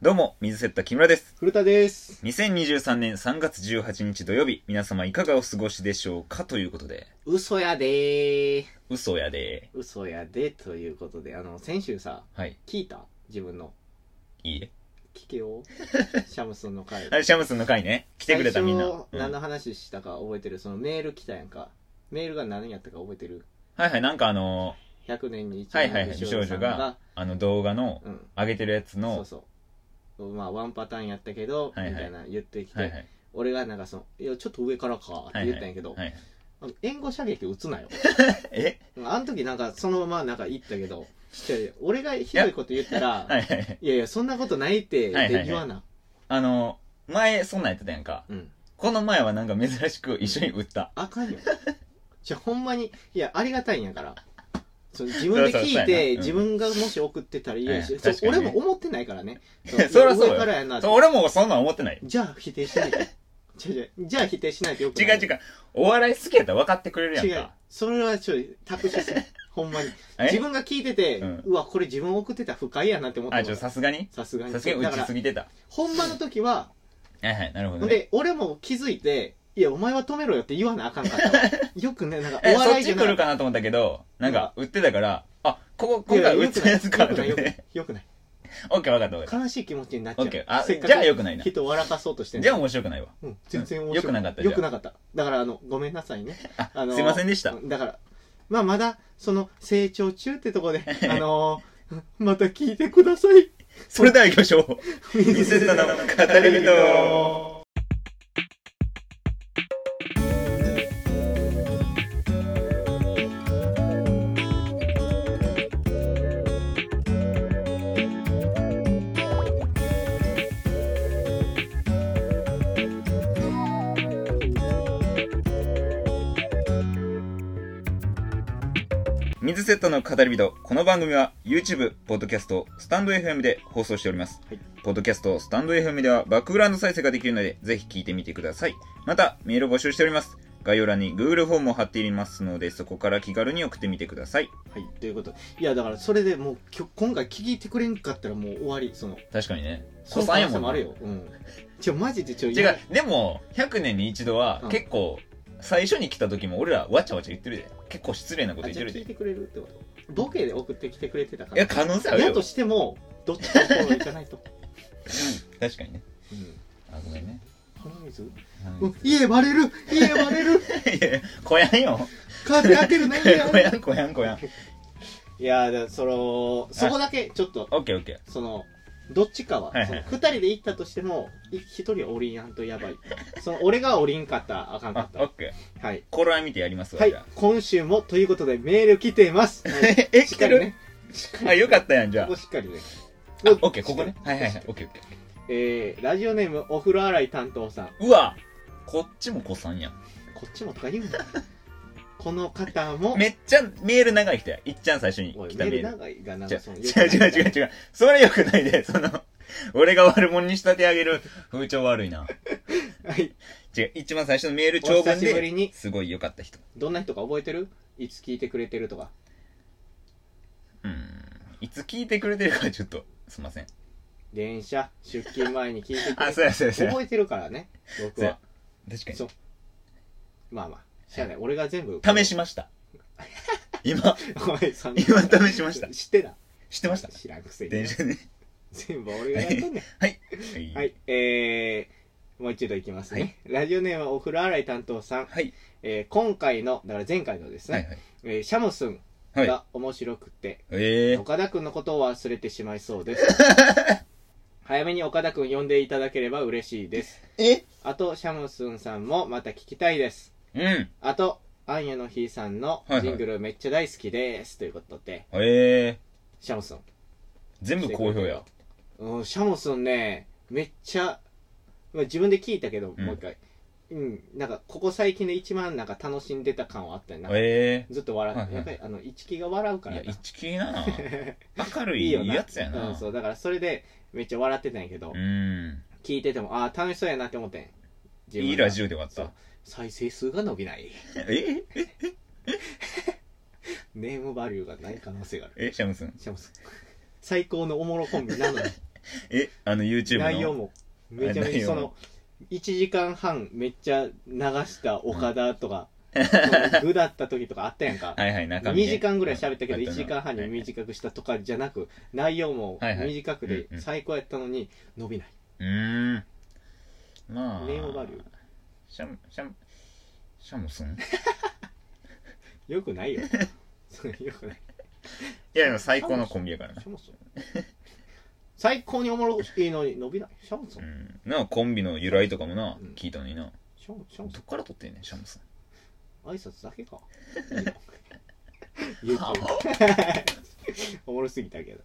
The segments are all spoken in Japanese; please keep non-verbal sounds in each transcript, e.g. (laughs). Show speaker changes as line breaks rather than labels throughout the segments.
どうも、水セット木村です。
古田です。
2023年3月18日土曜日、皆様いかがお過ごしでしょうかということで、
嘘やでー。
嘘やで
嘘やでということで、あの、先週さ、
はい、
聞いた自分の。
いいえ。
聞け (laughs) よ。シャムスンの回。
あれ、シャムスンの回ね。来てくれたみんな。
最初
うん
何の話したか覚えてる、そのメール来たやんか。メールが何やったか覚えてる
はいはい、なんかあの
?100 年に一
はい
度
はい
の
はい
美少女さん
美少女
が、
ー、あの動画の、
うん、
上げてるやつ
そう
の、
そう。まあ、ワンパターンやったけど、
はいはい
みたいな言ってきて、
はいはい。
俺がなんかその、いや、ちょっと上からかって言ったんやけど、
はいはい。
援護射撃打つなよ。
え
あの時なんかそのままなんか言った
(laughs)
けど、違う違う俺がひどいこと言ったら、
はいはいはい。
いやいや、そんなことないって
はいはいはい
で言わな。
あの前、そんなんやってたやんか。
うん。
この前はなんか珍しく一緒に売った。
あかんよ。じゃ、ほんまに、いや、ありがたいんやから。そう自分で
そうや
聞い
なうん
て、自分がもし送ってたら言うし、
はいはい
そう
確か
俺
にね
も思ってないか
(laughs)
らね。
いやそらそうよ
上からやなって
そう俺もそんなん思ってない。
じゃあ否定しないと。じゃじゃじゃあ否定しないとよく
違う
ない。
違う。お笑い好きやったら分かってくれるやん
違う
か。。
それはちょっと、託しすぎ。
(laughs)
ほんまに。
え
自分が聞いてて、
う
うんわ、これ自分送ってたら不快やなって思った
あ、
もん
ちょ、さすがに
さすがに。
さすがに
だ
打
か
ち
ら
す、ぎてた。
本番の時は、
はいはい、なるほどね。
で、俺も気づいて、いや、お前は止めろよって言わなあかんか
(laughs)
ったわ。よくね、なんか、お
え、そっ
笑いじ
ち
ゃな
来
い
るかなと思ったけど、なんか、売ってたから、あ、ここ、
い
今
や
回
い
売
やよ
っ
く
た
ない
やつか、と思っ
よくない
て。。
よくない。
オッ (laughs) ケー、分かった、分かっ
悲しい気持ちになっちゃ
オ
う。
ッケーあ
せっかく
じゃあよくないな
人を笑かそうとし
た。
てんの
じゃあ面白くないわ。
うん、全然面
よ
白
くなかったじゃ
よ
ん
くなかった。だから、あの、ごめんなさいね。あの
すいませんでした
うだから、まあ、まだ、その、成長中ってと
(laughs)
こで、あのー、また聞いてください。
それでは行きましょ
(laughs)
う。ミスタの語り人。水セットの語り人。この番組は YouTube、ポッドキャスト、スタンド FM で放送しております。
はい
ポッドキャスト、スタンド FM ではバックグラウンド再生ができるので、ぜひ聞いてみてください。また、メールを募集しております。概要欄に Google フォームを貼っていますので、そこから気軽に送ってみてください。
はい、ということ。いや、だから、それでもう、きょ今回聞いてくれんかったらもう終わり。その、
確かにね。
その可能性もあるよ。うん。ちょ、マジでちょ、
違う、でも、100年に一度は
うん、
結構、最初に来た時も俺らわちゃわちゃ言ってるで。結構失礼なこと
あ
言っ
じ
てるで。
ゃあ聞い
い
てくれるってことボケで送ってきてくれてたから
や、可能性ある
だ
よ
と。してもどっちかの方がいかないと、
確かにね。
うん、
あ、ごめんね。
鼻水、
う (laughs)
うんん、家バレる家バレる
いやいや、こやんよ。
カーテン開けるね
こやん、こやん、こやん。
いやだからそのそこだけちょっと
オッケーオッケー。
そのどっちかは、
はいはい
その2人で行ったとしてもい一人は降りやんとやばいその俺が降りんかったらあかんか
あ
っ、
オッ
た
ケー。
はい、
これは見てやりますわ、
は
じ
い
ゃあ。、
今週もということでメール来てい (laughs) ます、はい
え、え、
しっ
来
か
て
り
る
ね
あ、よかったやん、じゃ
ここしっかりね
あ。あオッケー、ここね。はいはいはい、オッケーオッケ
えー、ラジオネームお風呂洗い担当さん
ー。うわこっちも子さんやん。
こっちもとか言うな (laughs) この方も
めっちゃメール長い人や。いっちゃん最初に
おい
来
メ
たメ
ール
ール。
長いがなん
違
か
う
その
(laughs) 違う違う違う
う
違う。それよくないで、 (laughs) その、俺が悪者に仕立て上げる風潮悪いな。
はい
違う、一番最初のメール長
お
文
久しぶり
で、
に
すごい良かった人。
どんな人か覚えてるいつ聞いてくれてるとか
うーん。いつ聞いてくれてるかちょっと、すいません。
電車出勤前に聞いてくれ
あ、
て
そうやそうやそうや。
覚えてるからね僕は
確かに。
そうまあまあしゃあない俺が全部
試しました。今、
お (laughs) 前さん
今試しました。
知ってた
知ってました
知らんくせに
電車で。
全部俺がやっとんねん
はい。
は。いえー、もう一度いきますね、ラジオネームはお風呂洗い担当さん、
はい。
えー、今回のだから前回のですね、
はい。はい。
えーシャムスン
はい。
が面白くて、
ええー。
岡田君のことを忘れてしまいそ
(laughs)
うです早めに岡田君呼んでいただければ嬉しいです
え
あとシャムスンさんもまた聞きたいです
うん。
あとアンヤのひーさんの
はいはい
ジングルめっちゃ大好きです、ということで
ええー。
シャムスン
全部好評や。
うんシャムスンねめっちゃまあ自分で聞いたけど、
うん
もう一回うんなんかここ最近で一番なんか楽しんでた感はあったよな
え
ずっと笑って、
はいはい
やっぱりあの一木が笑う
え
か
ー。い
ら
や、
(laughs) な
一気な明る
い
い
いよな
やつやな。
うん、そうだからそれでめっちゃ笑ってたんやけど、
うん。
聞いててもああ楽しそうやなって思ってん自分が
いいラジオで終わっ
そう
た。
再生数が伸びない
え
ネームバリューがない可能性がある
えシャムスン。 (laughs)
しかも最高のおもろコンビなのに
え、あの YouTube の。
内容もめちゃめ
内
ちゃ
容
そ
も
の1時間半めっちゃ流した岡田と
(laughs)
か、その具だった時とかあったやんか、
はいはい、中身、
2
ね。
時間ぐらい喋ったけど
はい
1時間半に短くしたとかじゃなく内容も
はいはい
短く
うんう
で
ん
最高やったのに伸びないう
ーん。まあ。
ネームバリュー
シャム、シャム、シャムスン
よくないよ (laughs) それよくない
いや、でも最高のコンビやからな
シ。ャモソン最高におもろいのに伸びないシャモソ
う
ン
ん。なあ、コンビの由来とかもな
うん、
聞いたのにな。
シャモシャ
ど
モ
っから取ってんねん、シャムスン。
挨拶だけ
(laughs)
か YouTube (laughs) おもろすぎたけど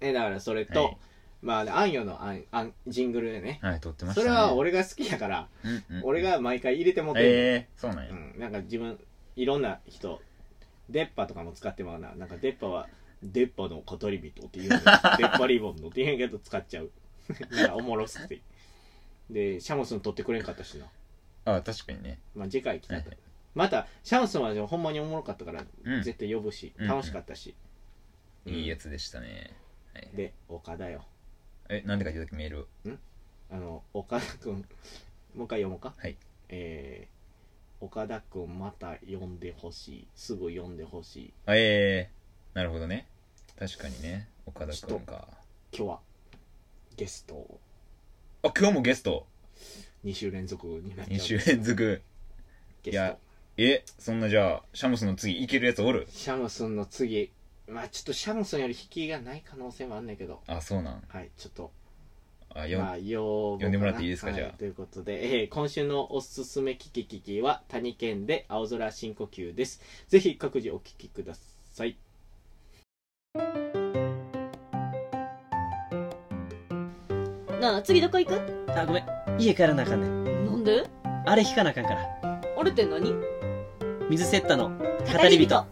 えだからそれと、
はい
まあねあんよのあんあんジングルでね
はい、取ってました
そ
ね。
れは、俺が好きやから、
うんうん、
俺。が毎回入れてもってんねん
ええそうなんや。
うん、なんか自分いろんな人出っ歯とかも使ってもらうななんか出っ歯は出っ歯の語り人って言う
(laughs)
の出っ歯リボンのって言うんやけど使っちゃうなんかおもろすってでシャムスン取ってくれんかったしな、
ああ、確かにね。
まあ、次回来た
はい
ら
はい
またシャムスンはでもほんまにおもろかったから、
うん
絶対呼ぶし
うん
楽しかったし、
いいやつでしたね。はい、
で岡田よ
え、なんで書いてたっけ、メールを。
あの岡田君もう一回読もうか
はい
えー、岡田君また呼んでほしいすぐ呼んでほしい
あええなるほどね。確かにね。岡田くんか。
今日はゲストを
あ、今日もゲスト。
2週連続になっちゃう
2週連続。
ゲ
い
ス
や
ト
え、そんなじゃあ、シャムスの次いけるやつおる
シャムスンの次まあちょっとシャムスンより引きがない可能性もあんねんけど
あ、そうなん。
はいちょっと
あ、よ、
まあ要望かな
呼んでもらっていいですか
は
じゃあ
ということで、えー今週のおすすめキキキキは谷健で青空深呼吸ですぜひ各自お聞きください
なあ次どこ行く
あごめん家帰らなあかんねん
なんで
あれ引かなあかんから
あれって何
水セッタの語り人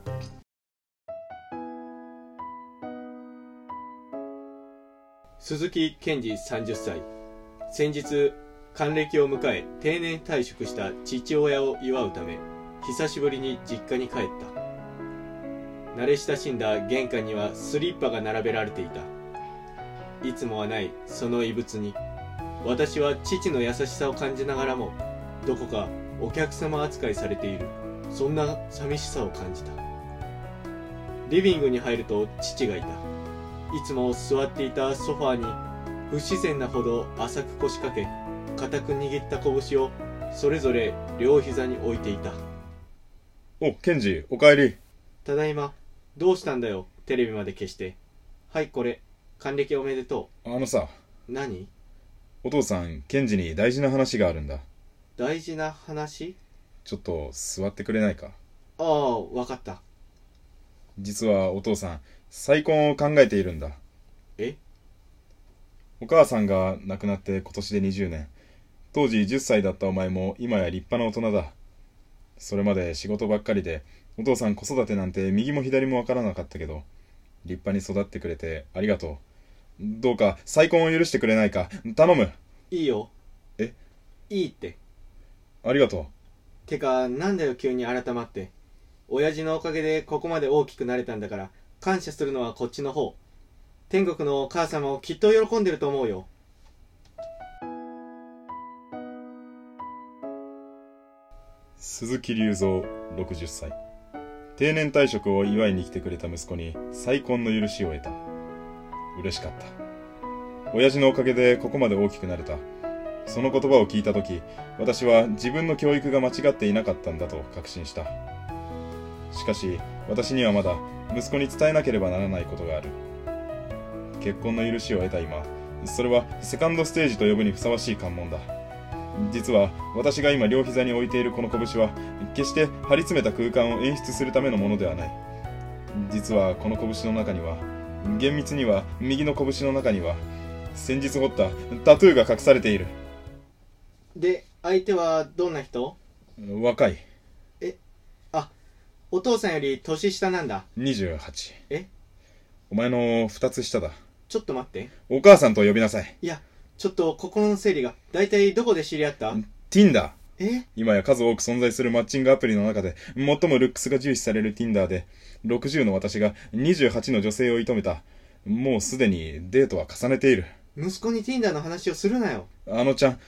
鈴木健二30歳先日還暦を迎え定年退職した父親を祝うため久しぶりに実家に帰った慣れ親しんだ玄関にはスリッパが並べられていたいつもはないその異物に私は父の優しさを感じながらもどこかお客様扱いされているそんな寂しさを感じたリビングに入ると父がいたいつも座っていたソファーに不自然なほど浅く腰掛け固く握った拳をそれぞれ両膝に置いていた
お、ケンジ、お帰り。
ただいまどうしたんだよテレビまで消してはいこれ還暦おめでと
あのさ、
う何
お父さん、ケンジに大事な話があるんだ。
大事な話
ちょっと座ってくれないか。
ああわかった
実はお父さん、再婚を考えているんだ。
え
お母さんが亡くなって今年で20年。当時10歳だったお前も今や立派な大人だ。それまで仕事ばっかりで、お父さん子育てなんて右も左もわからなかったけど、立派に育ってくれてありがとう。どうか再婚を許してくれないか、頼む。
いいよ
え
いいって
ありがとう。
てかなんだよ急に改まって親父のおかげでここまで大きくなれたんだから感謝するのはこっちの方天国のお母様をきっと喜んでると思うよ
鈴木隆三60歳定年退職を祝いに来てくれた息子に再婚の許しを得た嬉しかった親父のおかげでここまで大きくなれたその言葉を聞いた時私は自分の教育が間違っていなかったんだと確信したしかし私にはまだ息子に伝えなければならないことがある結婚の許しを得た今それはセカンドステージと呼ぶにふさわしい関門だ実は私が今両膝に置いているこの拳は決して張り詰めた空間を演出するためのものではない実はこの拳の中には厳密には右の拳の中には先日彫ったタトゥーが隠されている
で相手はどんな人
若い
お父さんより年下なんだ
28
え
お前の2つ下だ
ちょっと待って
お母さんと呼びなさい
いやちょっと心の整理が大体どこで知り合った
Tinder
え
今や数多く存在するマッチングアプリの中で最もルックスが重視される Tinder で60の私が28の女性を射止めた
もうすでにデートは重ねている。
息子に Tinder の話をするなよ
あのちゃん、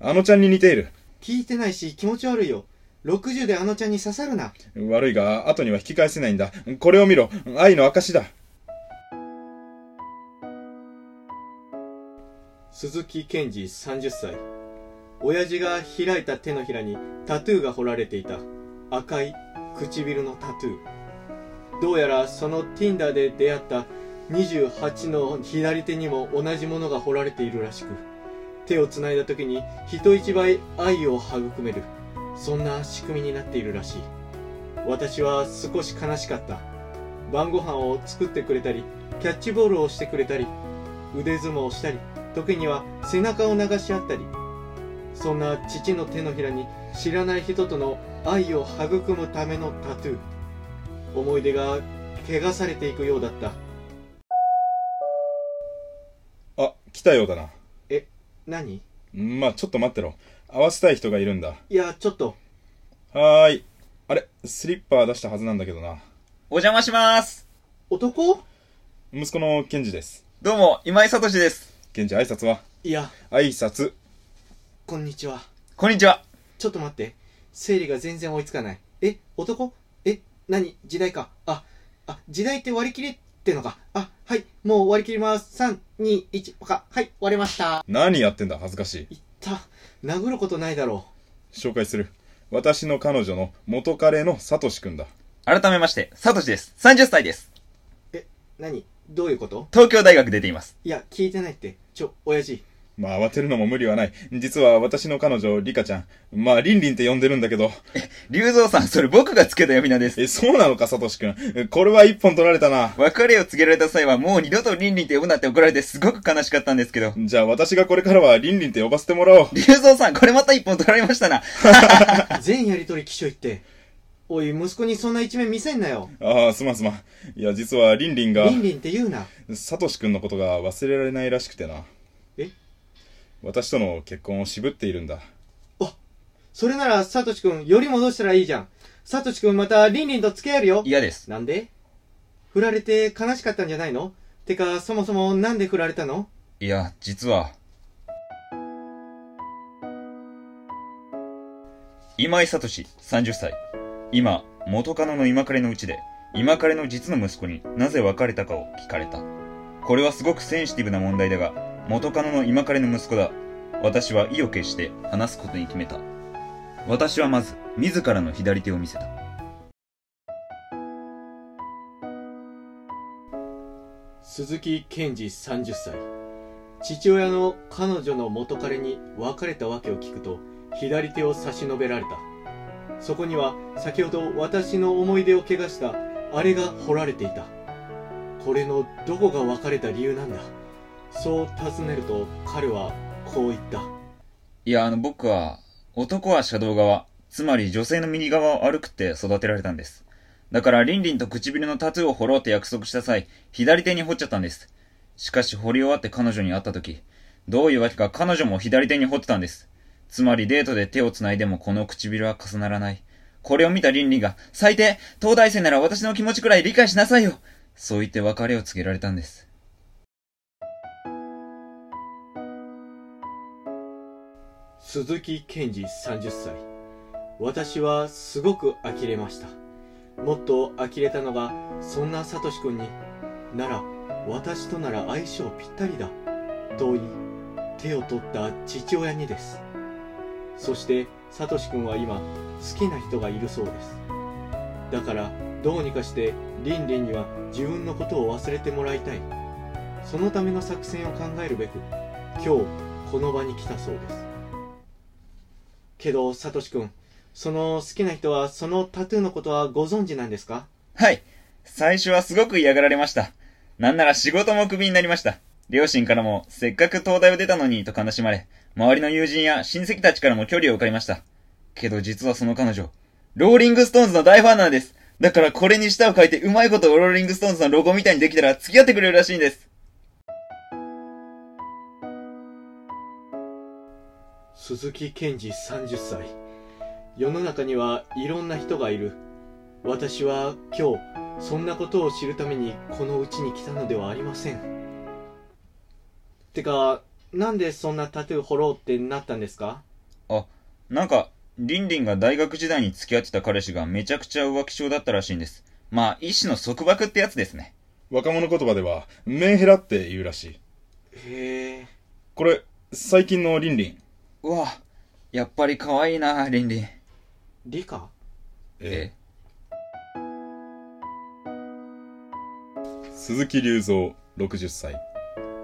あのちゃんに似ている。
聞いてないし気持ち悪いよ60であのちゃんに刺さるな
悪いが、後には引き返せないんだ。これを見ろ。愛の証だ。
鈴木健二30歳親父が開いた手のひらにタトゥーが彫られていた赤い唇のタトゥーどうやらその Tinder で出会った28の左手にも同じものが彫られているらしく手をつないだ時に人一倍愛を育めるそんな仕組みになっているらしい私は少し悲しかった晩ご飯を作ってくれたりキャッチボールをしてくれたり腕相撲をしたり時には背中を流し合ったりそんな父の手のひらに知らない人との愛を育むためのタトゥー思い出が汚されていくようだった
あ、来たようだな。
何
まあちょっと待ってろ。会わせたい人がいるんだ。
いやちょっと
はーい。あれ、スリッパ出したはずなんだけどな。
お邪魔します
男
息子のケンジです。
どうも、今井聡です。
ケンジ挨拶はい
や
挨拶。
こんにちは
こんにちは。
ちょっと待って生理が全然追いつかないえ男え何時代かああ時代って割り切れってのかあはいもう割り切ります321かはい割れました
何やってんだ、恥ずかしい。
いった殴ることないだろう
紹介する。私の彼女の元彼のサトシくんだ。
改めまして、聡です。30歳です。
何どういうこと
東京大学出ています。
いや聞いてないってちょ親父 (laughs)
まあ慌てるのも無理はない。実は私の彼女、リカちゃん。まあリンリンって呼んでるんだけど。
龍造さん、それ僕がつけた呼び名です。
え、そうなのか、サトシくん。これは一本取られたな。
別れを告げられた際は、もう二度とリンリンって呼ぶなって怒られてすごく悲しかったんですけど。
じゃあ私がこれからはリンリンって呼ばせてもらおう。
龍造さん、これまた一本取られましたな。
全やりとり気象言っておい息子にそんな一面見せんなよ
ああ、すまんすまん。いや、実はリンリンが
リ、ンリンって言うな
サトシくんのことが忘れられないらしくてな。
え
私との結婚を渋っているんだ。
それならサトシ君より戻したらいいじゃんサトシ君またリンリンと付き合えるよ
嫌です。
なんで振られて悲しかったんじゃないのてかそもそもなんで振られたの
いや、実は。今井聡、30歳。今、元カノの今彼のうちで、今彼の実の息子になぜ別れたかを聞かれた。これはすごくセンシティブな問題だが、元カノの今彼の息子だ。私は意を決して話すことに決めた。私はまず、自らの左手を見せた。
鈴木健二30歳父親の彼女の元彼に別れた訳を聞くと左手を差し伸べられたそこには先ほど私の思い出を怪我したあれが彫られていたこれのどこが別れた理由なんだそう尋ねると彼はこう言った
いや、あの、僕は、男は車道側、つまり女性の右側を歩くって育てられたんです。だから、リンリンと唇のタトゥーを掘ろうって約束した際、左手に掘っちゃったんです。しかし、掘り終わって彼女に会った時、どういうわけか彼女も左手に掘ってたんです。つまり、デートで手を繋いでもこの唇は重ならない。これを見たリンリンが、最低東大生なら私の気持ちくらい理解しなさいよそう言って別れを告げられたんです。
鈴木健二30歳私はすごく呆れましたもっと呆れたのがそんなサトシ君になら私となら相性ぴったりだと言い手を取った父親にですそしてサトシ君は今好きな人がいるそうですだからどうにかしてリンリンには自分のことを忘れてもらいたいそのための作戦を考えるべく今日この場に来たそうですけど、サトシ君、その好きな人は、そのタトゥーのことはご存知なんですか
はい。最初はすごく嫌がられました。なんなら仕事もクビになりました。両親からも、せっかく東大を出たのにと悲しまれ、周りの友人や親戚たちからも距離を受かりました。けど実はその彼女、ローリングストーンズの大ファンなんです。だからこれに舌を変えてうまいことローリングストーンズのロゴみたいにできたら付き合ってくれるらしいんです。
鈴木健二30歳。世の中にはいろんな人がいる。私は今日、そんなことを知るためにこのうちに来たのではありませんてかなんでそんなタトゥー掘ろうってなったんですか
なんか、リンリンが大学時代に付き合ってた彼氏がめちゃくちゃ浮気症だったらしいんです。まあ、一種の束縛ってやつですね。
若者言葉では、メンヘラって言うらしい。
へえ
これ、最近のリンリン。
うわ、やっぱり可愛いな、リンリン。
理科
え
鈴木隆三60歳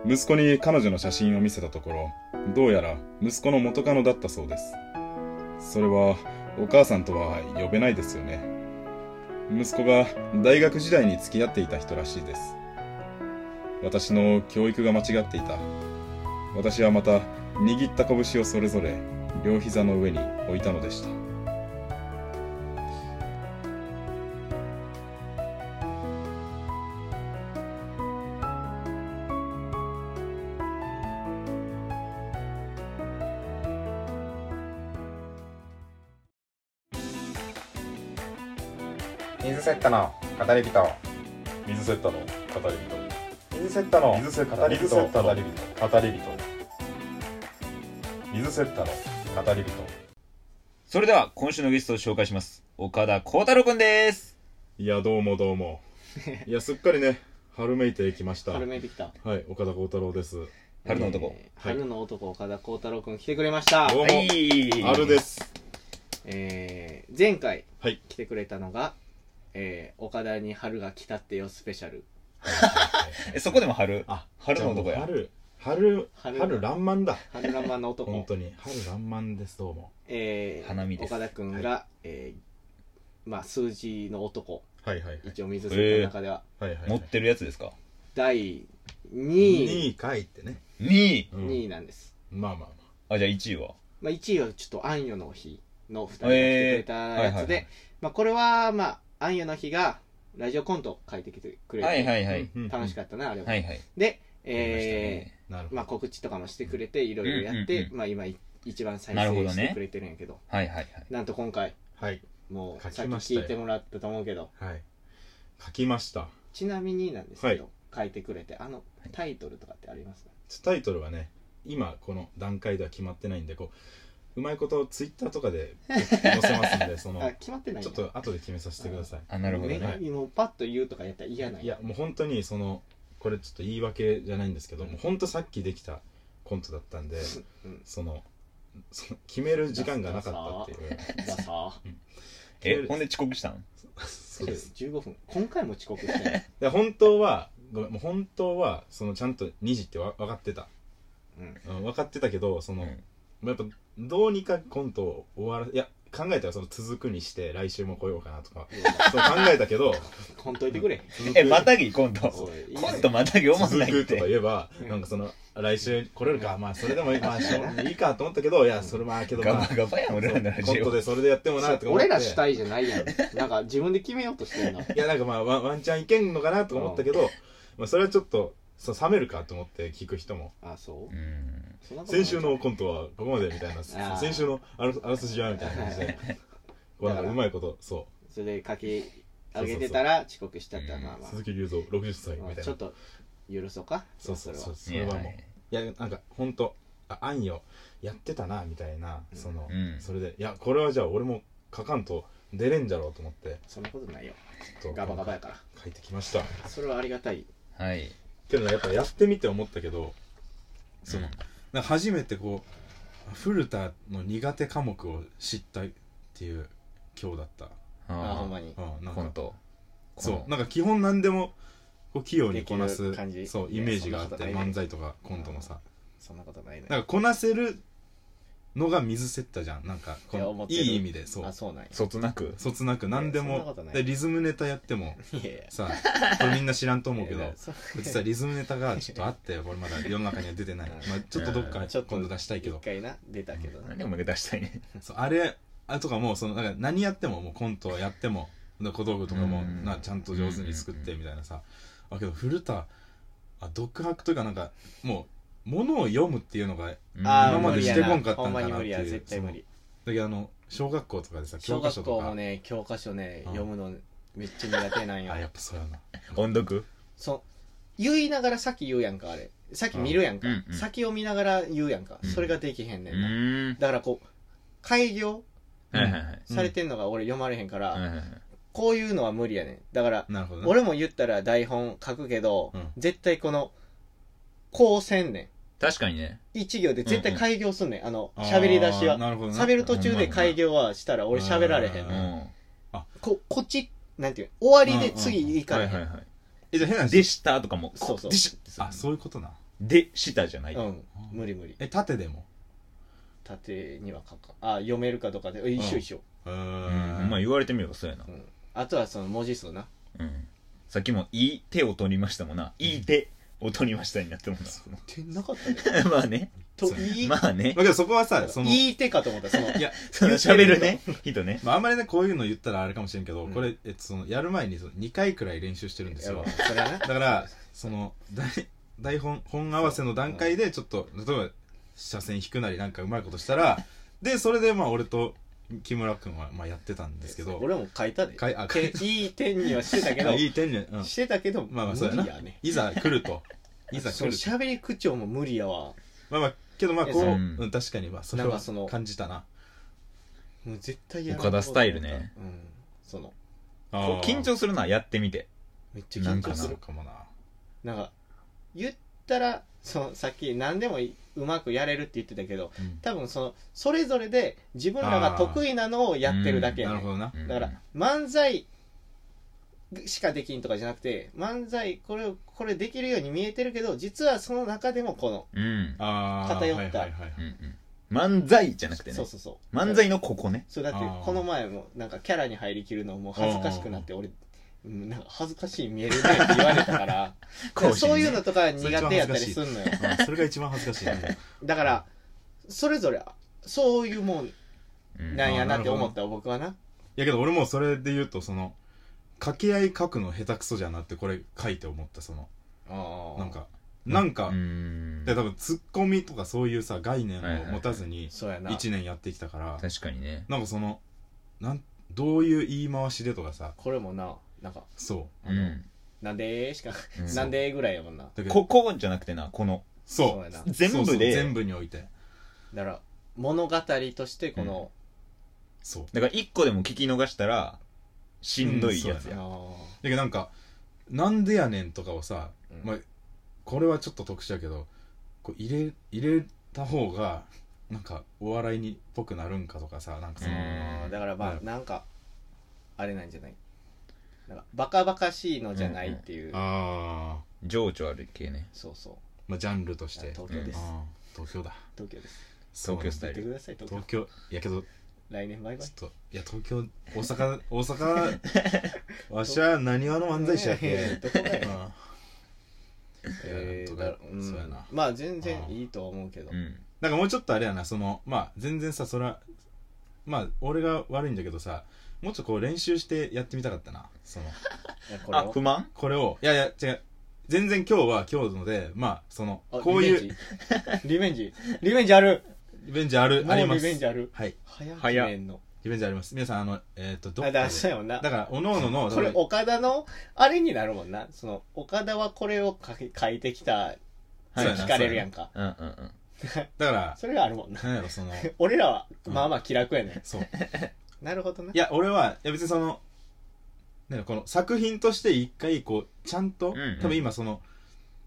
息子に彼女の写真を見せたところどうやら息子の元カノだったそうですそれはお母さんとは呼べないですよね息子が大学時代に付き合っていた人らしいです私の教育が間違っていた私はまた握った拳をそれぞれ両膝の上に置いたのでした
水セットの語り人
水セッタの語り人
水セットの
水セッタ
語り人
語り人語り人水セッタの語り人
それでは、今週のゲストを紹介します。岡田幸太郎くんです。
いやどうもどうもいやすっかりね春めいてきましたは
春
い
めいてきた
岡田幸太郎です
春の男。
えー春の男岡田幸太郎君来てくれました
どうも、
い
あるです
えー前回
はい
来てくれたのが、えー岡田に春が来たってよスペシャル
え、そこでも春。
あ
春の男や
じゃあもう春春
春
春爛漫だ
春ラマの男
本当に春爛漫ですどうも
えー
花見です
岡田君が、えーまあ、数字の男
はいはいはい
一応水瀬の中では、
はいはい
持ってるやつですか
第
2
2位
位回ってね
?2 位。
うん
2位なんです、
まあまあま
あ、じゃあ1位は
まあ、1位はちょっと「あんよの日」の2人が来てくれたやつ
えーは
で、
いはいはい
まあ、これは、まあ「あんよの日」がラジオコントを書いてきてくれて、
はいはい
あ
はい。
うんうん
楽しかったなあれは、
はいはい。
で、
やりま
え
したね
なる
ー
ほど
まあ、告知とかもしてくれていろいろやっ
う
て、
んうんうん
まあ、今い一番再
なるほ
生
ど
し
ね
てくれてるんやけど
はいはいはい。
なんと今回
はい
もう
書
さっき
きましたよ
聞いてもらったと思うけど
はい書きました
ちなみになんですけど、
は
書いてくれてあのタイトルとかってありますか、
タイトルはね今この段階では決まってないんでこううまいことツイッターと
(laughs)
かで載せますんでその
あ決まってないん
ち
だ
ょっと後で決めさせてください
あ、なるほど
ね
ね。
めもうパッと言うとかやったら嫌ない
いやもう本当にそのこれちょっと言い訳じゃないんですけどもう本当さっきできたコントだったんで
うん
そのその決める時間がなかったっていう
(laughs) ださ
え、ほんで遅刻したの
(laughs) そうです
15分今回も遅刻して
(laughs)
ない、
で本当はごめんもう本当はそのちゃんと2時ってわ分かってた、
うん、
うん、分かってたけどその、
うん
まあやっぱどうにかコントを終わらいや考えたらその続くにして来週も来ようかなとかそう考えたけど
ほんといてくれ
続く
え、またぎ今度。
そういいね
今度またぎおもん
続
ないっ
くとか
て。
言えば
うん
なんかその来週来れるかまあそれでもいい,、まあ、しょういいかと思ったけどいやそれまあけど
ガ
まあ
バガバやん、俺らのラ
コ
ジ
ント
オ。
でそれでやってもなとか思って
俺ら主体じゃないやんなんか自分で決めようとしてるの
いやなんかまあワンワンチャンいけんのかなとか思ったけど、まあ、それはちょっとそう冷めるかと思って聞く人も
あそう
うん。
そんなことない
先週のコントはここまでみたいな
ー
先週のあらあらすじはみたいな感じでこうなんかうまいことそ
それで書き上げてたら遅刻しちゃったらまあ
う
まあ
鈴木隆三60歳み
まあ
たい
ちょ
な
っと許そうか
そうそうそうそ
い
れ
や
は
は
もう、い
い
やなんかほんとああんよやってたなみたいなその、
うん
それでいやこれはじゃあ俺も書かんと出れんじゃろうと思って
そんなことないよ
ちょっと
ガバガバやから
書いてきました
それはありがたい
はい。
けどねやっぱやってみて思ったけどその
うん
なんか初めてこう古田の苦手科目を知ったっていう今日だった
あ
あ
ほんまに
うんなん
コ
か
ント。
そうなんか基本何でもこう器用にこな
ですきる感じ
そう
い
イ
や
メージがあって
そんなことない
漫才とかコントのさ
そんなことないね
なんかこなせるのが水セッタじゃんなんかこ
いや
の
思って
い
る
い意味でそう
あそうなんや
そつなく。
そつなく何で
いやそんな
も
ことない
でリズムネタやっても
(laughs) いやいや
さこれみんな知らんと思うけ
いや
ど
いやそう
実はリズムネタがちょっとあってこれまだ世の中には出てない、まあ、ちょっとどっか
ちょっと
今度出したいけど
一回な出たけどな
なんでお前が出したいね。
そうあれあとかもうそのなんか何やってももうコントやっても小道具とかも
うん
なちゃんと上手に作ってみたいなさだけど古田あ独白というかなんかもう物を読むっていうのがだ
あー
今まで
無理や
してこんかったん
ほ
かな
んまに無理や
っていう
絶対無理
けどあの小学校とかでさ教
小
科書
学
と
校
か
もね教科書ね
うん
読むのめっちゃ苦手なんよ
あやっぱそうやな
音読
そう言いながらさっき言うやんかあれさっき見るやんか、
うんうん
先を見ながら言うやんか、
うん
それができへんね
うん
な、
ーん
だからこう開業
はいはいはい
されてんのが俺読まれへんから、
はいはいはい
こういうのは無理やねんだから
なるほどね
俺も言ったら台本書くけど、
うん
絶対このこうせんね
確かにね
ん一行で絶対開業すんねん、あの
あー
喋り出しは
なるほどね
喋る途中で開業はしたら俺喋られへんねん
う
うんん
ここっちなんていうの終わりで次いか
は
ないい、
はいはいえじゃあ変な話でしたとかも
そうそう
でした
あそういうことな
でしたじゃない
うん無理無理
え縦でも
縦には書かあ読めるかどうかでえ一緒一緒、
う
うんまあ言われてみればそうやな
うんあとはその文字数な
うんさっきも「いい手を取りました」もな「いい手を取りました」になってもな
手なか
(laughs)
ったね (laughs)
まあね
と言い、
まあね
まあけどそこはさその
言い手かと思った (laughs) その
いや
その喋るね人ね
まあ、あんまりねこういうの言ったらあれかもしれんけど、
うん
これえっとそのやる前にその2回くらい練習してるんです
やろ
よ
うそれはな
だからその台台本本合わせの段階でちょっと例えば車線引くなりなんかうまいことしたらでそれでまあ俺と木村君はまあやってたんですけど
俺も書いたで
かいあか
て
い
いい点にはしてたけ
(laughs)
ど
いい点に、うん、
してたけど
まあまあそうやな
無理やね
いざ来るといざ
そ
来
の
ると
喋り口調も無理やわ
まあまあけどまあこう、
いや
う、
そうん
確かにまあそれ
なん
は
かその
感じたな
もう絶対やらん
岡田スタイルね
うんその
こう緊張するなやってみて
めっちゃ緊張
かな
す
そう
る
かもな
なんか言ったらそのさっき何でもいうまくやれるって言ってたけど
うん
多分そのそれぞれで自分らが得意なのをやってるだけや
な
ね
るほどな
うん
だから漫才しかできんとかじゃなくて漫才これをこれできるように見えてるけど実はその中でもこの
うん
あー
偏った
はいはいはい
うんうん漫才じゃなくてね
そうそうそう
漫才のここね
そうだって
あー
この前もなんかキャラに入りきるのも恥ずかしくなって俺うんなんか恥ずかしい見えるねって言われたから
講師にね
そういうのとか苦手やったりすんのよ
あそれが一番恥ずかし
(laughs)
いね
だからそれぞれそういうもん
うん
なんやなって思ったわ僕はない
やけど俺もそれで言うとその掛け合い書くの下手くそじゃなってこれ書いて思ったその
な
なんかなんか、
うん
で多分ツッコミとかそういうさ概念
はいはい
を持たずに
そうやな
1年やってきたから、
確かにね
なんかそのなんどういう言い回しでとかさ
これもななんか
そ
あのなんでーしか
うん
なんでーぐらいやもんな
うだけど
ここじゃなくてなこの
そう
やな
全
そうそう
部で
全部において
だから物語としてこの、
そう
だ
だ
から一個でも聞き逃したらしんどいや
うん
つ
そう
や
あ
けどなんか「なんでやねん」とかをさ、
うん
まあ、これはちょっと特殊やけどこう入れ入れた方がなんかお笑いにっぽくなるんかとかさなんかその、
ーだからま
う
あなんかあれなんじゃないなんかバカバカしいのじゃないっていう、
ああ
情緒ある系ね
そうそう
まあジャンルとして
東京です、
あー東京だ
東京です
そう
東京スタイ
行って
ル
ください東京
東京いやけど
来年バイバイ
ちょっといや東京大阪 (laughs)
(laughs)
大阪わしは何わの漫才師やっけ
どこだ
う
よ
ん
えー
いや
だ
とか
うん
そうやな
まあ全然いいとは思うけど、
うん
なんかもうちょっとあれやなそのまあ全然さそらまあ俺が悪いんだけどさもうちょっとこう練習してやってみたかったなその
いやこれ
あ
を
不満
これをいやいや違う全然今日は今日のでまあその
あ
こういう
リベンジ (laughs) リベンジリベンジある
リベンジある
も
あり
う
ま
リ
す
ベンジある
はい
早く
早っ
決めんの
リベンジあります皆さんあのえっ、とど
あ
っ
だ
か
そう
で
やもんな
だからおのおのの
これ岡田のあれになるもんなその岡田はこれを書き書いてきた
そうやな
聞かれるやんか
うんうんうん
だから
それがあるもんな
なんやろ
(laughs)
その
俺らはまあまあ気楽やね、、
そうん
なるほどない
や俺はいや別にそのなんかこの作品として一回こうちゃん
う
と、
んうん
多分今その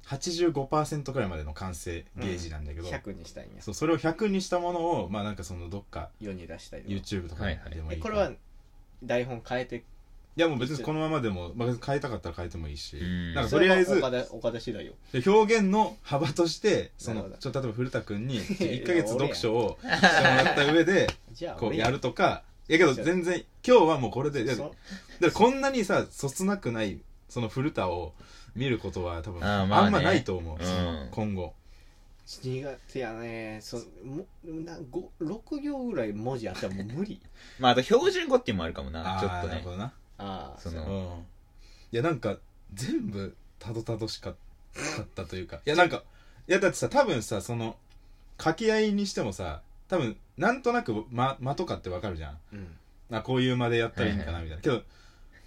85%くらいまでの完成ゲージなんだけど、
100にしたいんや
そうそれを100にしたものをまあなんかそのどっか
世に出したいと
YouTube とか
は
で
いはい
もいい
え
から
これは台本変えて
いやもう別にこのままでも、まあ、別に変えたかったら変えてもいいし、
うん
なんかとりあえず
それは岡田岡田次第よ
表現の幅としてそ
な
の
るほ
ちょっと例えば古田君に
いや
1か月読書をしてもらった上で
じゃあ
こう
俺
やるとかいやけど全然今日はもうこれでいやだか
そ
らこんなにさそつなくないその古田を見ることは多分
あ
あ,、
ーまあね
んまないと思う、
うん
その今後
苦手やねそもなご6行ぐらい文字あったらもう無
(laughs)
理
まああと標準語っていうのもあるかもな
あ
ちょ
ー
っと
なる
ね
ほどな、
ああ
その
うん、いやなんか全部たどたどしかったというかいやなんかいやだってさ多分さその掛け合いにしてもさ多分なんとなく間間とかってわかるじゃん
うん
あこういう間でやったらいいんかなみたいな、けど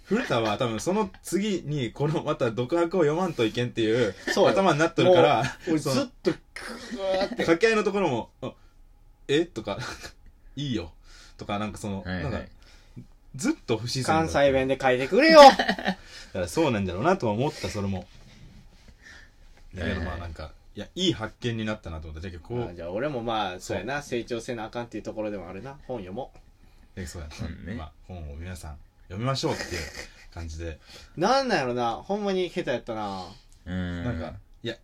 古田は多分その次にこのまた独白を読まんといけんっていう
そうよ。
頭になっとるから
俺ず
そ
っ
の
と、くーって。
掛け合いのところもあ「えとか (laughs) 「いいよ」とかなんかその、
はいはい
なんかずっと不自然だ
関西弁で書いてくれ
(laughs)
よ
だからそうなんだろうなとは思ったそれもだけどまあなんか、いやいい発見になったなと思っただけどこ
あ
う
じゃあ俺もまあそうやな成長せなあかんっていうところでもあるな本読も
えそうやな、
うんね
まあ、本を皆さん読みましょうっていう感じで
うなんなんやろなほんまに下手やったな
うん。
なんか、いや、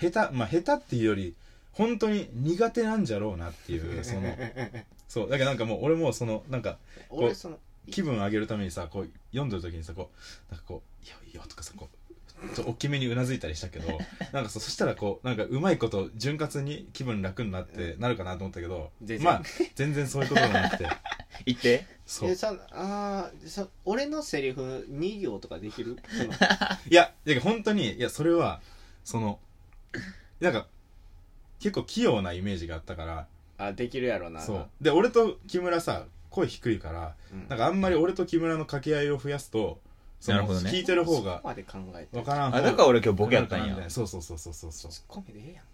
下手、まあ、下手っていうより、本当に苦手なんじゃろうなっていう、その、そう、だからなんかもう、俺もその、なんか、こ
俺
う
その
気分上げるためにさ、こう、読んでる時にさ、こう、なんかこう、いいよいいよとかさ、こう、ちょっと大きめにうなずいたりしたけど、なんかそそしたらこう、なんかうまいこと、潤滑に気分楽になって、なるかなと思ったけど
全、然
まあ、全然そういうことがなくて、
言って。
そう
え。さあーさ俺のセリフ2行とかでき
(laughs)
るその
いや、だけど本当に、いや、それは、その、なんか、結構器用なイメージがあったから、
あできるやろな
そうで俺と木村さ声低いから
うん
なんかあんまり俺と木村の掛け合いを増やすとそ
なるほどね
聞いてる方が
そこまで考えて
分からん方
あ、だから俺今日ボケやったんや。
そうそうそうそうそうそう
ツッコミでええやん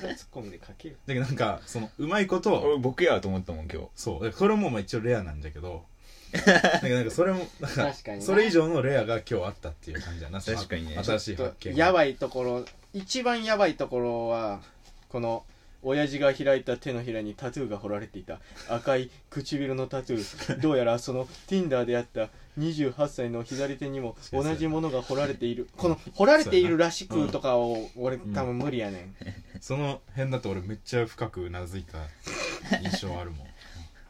木村ツッコミで書ける
だけどなんかそのうまいこと
俺ボケやと思ったもん、今日。
そうだからこれもまあ一応レアなんだけどだけどなんかそれも (laughs) なんか
確かにな
それ以上のレアが今日あったっていう感じだなその
確かにね
新しい発見
やばいところ一番やばいところはこの親父が開いた手のひらにタトゥーが彫られていた赤い唇のタトゥ
(laughs)
ーどうやらその Tinder であった28歳の左手にも同じものが彫られているこの彫られているらしくとかを俺多分無理やねん、
その辺だと俺めっちゃ深くうなずいた印象あるも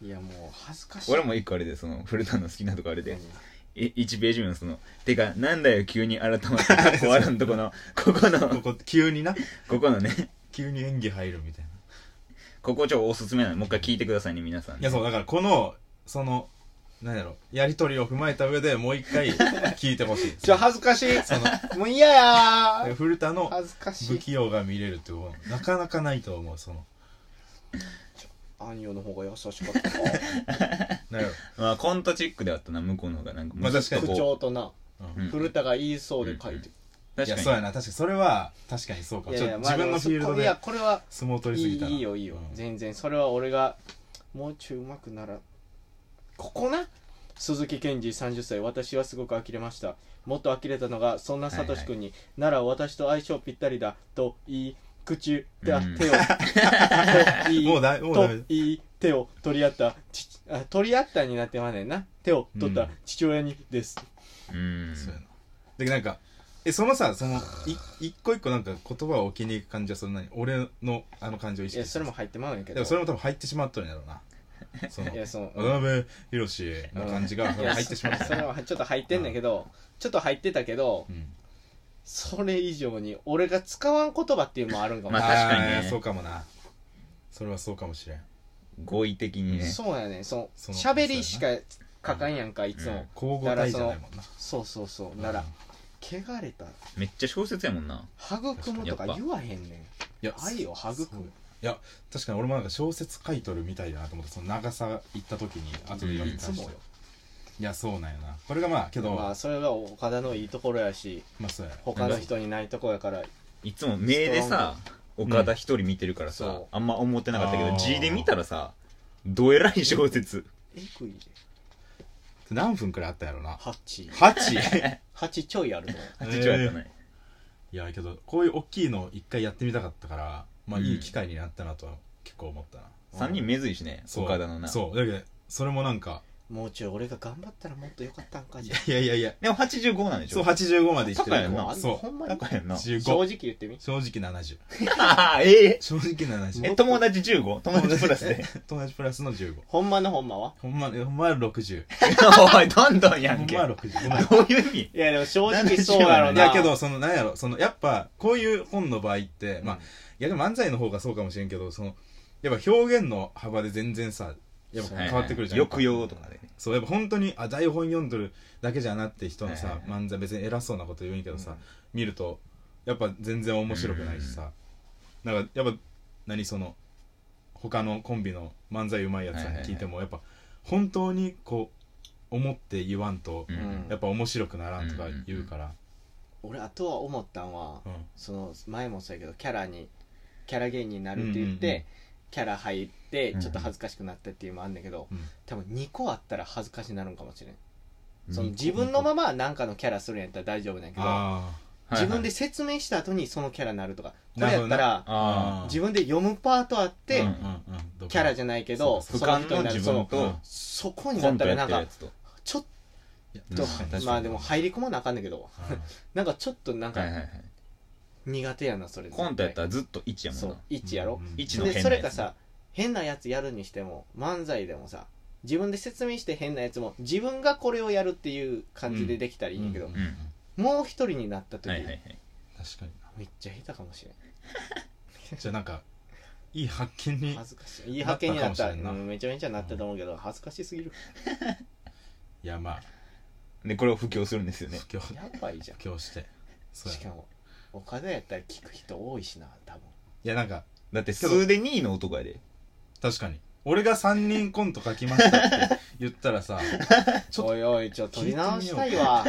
ん
いやもう恥ずかしい
俺も一個あれで、その、古田の好きなとこあれで。い1ページ目のその、てか、なんだよ急に改まって、終わらんとこの、ここの、
ここ急にな
ここのね、
急に演技入るみたいな
ここちょおすすめなの。もう一回聞いてくださいね、皆さん
い。やそうだからこのその何やろやり取りを踏まえた上でもう一回聞いてほしい
ちょ恥ずかしいもう嫌やー
古田の
恥ずかし
不
い
器用が見れるってことなかなかないと思うその
あんよの方が優しかったか
なんやろ
まあ、コントチックであったな、向こうの方が。なんか、
まあ確か
(laughs)
に
口
こ
調とな
ううん
古田が言いそうで書いてる
い
確
や
か
そう
に。
やな確かにそれは確かにそうか
いやいや
ちょっと
まあ
自分のフィールド
いや
で
これは
相撲取
い
りすぎ
い
たない
いよいいよ、
うん
全然それは俺がもうちょいうまくならここな鈴木健二30歳私はすごく呆れましたもっと呆れたのがそんなさとし君に、なら私と相性ぴったりだと言い口で、あ
うん
(laughs)
手をと言い
もうだもう
と
だめ
言い手を取り合ったちあ取り合ったになってまんねんな手を取った父親にです、
うん。
そうやなでなんかえそのさそのい一個一個なんか言葉を置きに行く感じはそんなに俺のあの感じを意
い
識
や
して
それも入ってまうんやけ
で
ど
もそれも多分入ってしまっとるんやろ
(laughs)
うなその
いやその
渡辺宏の感じがそれ入ってしまった
それはちょっと入ってんだけど、ちょっと入ってたけど、
うん
それ以上に俺が使わん言葉っていうのもあるんかも、
まあ確かにね
あーそうかもなそれはそうかもしれん
合意的にね。
そうやねその
その
喋りしか書かんやんかいつも、
うん
交互体じゃないもんな
そうそうそうなら「汚れた
めっちゃ小説やもんな。
育む」とか
やっぱ
言わへんねん
いや
愛を育
そう
む
いや確かに俺もなんか小説書いとるみたいだなと思ってその長さ行った時に後で読み
い
返
つ
して、
もよ
いやそうなんやなこれがまあけど
ま
ま
あそれが岡田のいいところやし
あそうや
他の人にないとこやから
いつも目でさ、岡田一人見てるからさ、
うんそう
あんま思ってなかったけ
あ
ど、
ー
G で見たらさ、どえらい小説。
えぐいで
何分くらいあったや
(laughs)
ろな
8 (laughs)
8
8ちょいあるの
8兆やったね。
いやけどこういう大きいの一回やってみたかったからまあ
うん
いい機会になったなとは結構思ったな、
3人目ずいしね、
そう
岡田のな。
そうだけどそれもなんか
もうちょい俺が頑張ったらもっとよかったんか
い
じ
や
ゃ
いやいやいや
でも85なんでし
そう
ょ
85までいってる
高いよ
あ
な
そ
ほんまに
だからやんな
う。
正
15
直言ってみ
正直70
(laughs) え
正直70
え、友達 15? 友達プラス
(laughs)
で。
友達プラスの15
ほんまのほんまは
ほんま、ほんまは60。
おい、どんどんや
ほ
ん
ん
け。
まは
ど
60。ごめ
う
ん
いう意味
いやでも正直そうやろ
い
な
やけど、その、なんやろ、その、やっぱ、こういう本の場合って、まあ、逆に漫才の方がそうかもしれんけど、その、やっぱ表現の幅で全然さ、やっぱ変わってくるじゃん。
抑揚とかで。
そう、やっぱ本当に、あ、台本読んどるだけじゃなって人の
はい
さ
は、
漫才別に偉そうなこと言うんやけどさ、見ると、やっぱ全然面白くないしさ、なんか、やっぱ、何その、他のコンビの漫才うまいやつさんに聞いても、やっぱ、本当にこう、思って言わんと
う、ん
やっぱ面白くならんとか言うから、
俺あとは思ったんは
うん
その前もそうやけどキャラにキャラ芸人になるって言って、
うんうんうん
キャラ入って
うん
ちょっと恥ずかしくなったっていうのもあんだけど、
うん
多分2個あったら恥ずかしになるんかもしれんその自分のまま何かのキャラするんやったら大丈夫なんやけど、
あ
はいはい
自分で説明した後にそのキャラになるとかこ
な
れや
るほど
っ
な
たら
あ
自分で読むパートあって、
う
あ、うんうん
キャラじ
ゃ
ゃないけど
俯
その
瞰
人
の
にな
自
るそ
分
の
と
そこに
コ
なっ
ント
た
や
ら
っ
なん
てる
か
やつと
ちょっ
うん
と
確かに
まあでも入り込まなあかんねんけどなんかちょっとなん
はいはいは
か
い
苦手やなそれ
コントやったらずっと1やも
そ
ん
う
な
位置やろ、
一の変なやつ
でそれかさ変なやつやるにしても漫才でもさ自分で説明して変なやつも自分がこれをやるっていう感じでできたらいいんやけど、
うん
うん
もう一人になった時、
はいはいはい
確かにな
めっちゃ下手かもしれん
じゃあなんかいい発見に
(laughs) 恥ずかしいいい発見になった
なったかもしれんな
うんめちゃめちゃなったと思うけど恥ずかしすぎる
いやまあ
でこれを布教するんですよね
布教
やばいじゃん
布教してそう
し
や
かも岡田やったら聞く人多いしな多分
いやなんか
だって数で2位の男やで
確かに俺が3人コント書きましたって言った
(laughs)
らさちょっと
おいおいちょっと取り直したいわ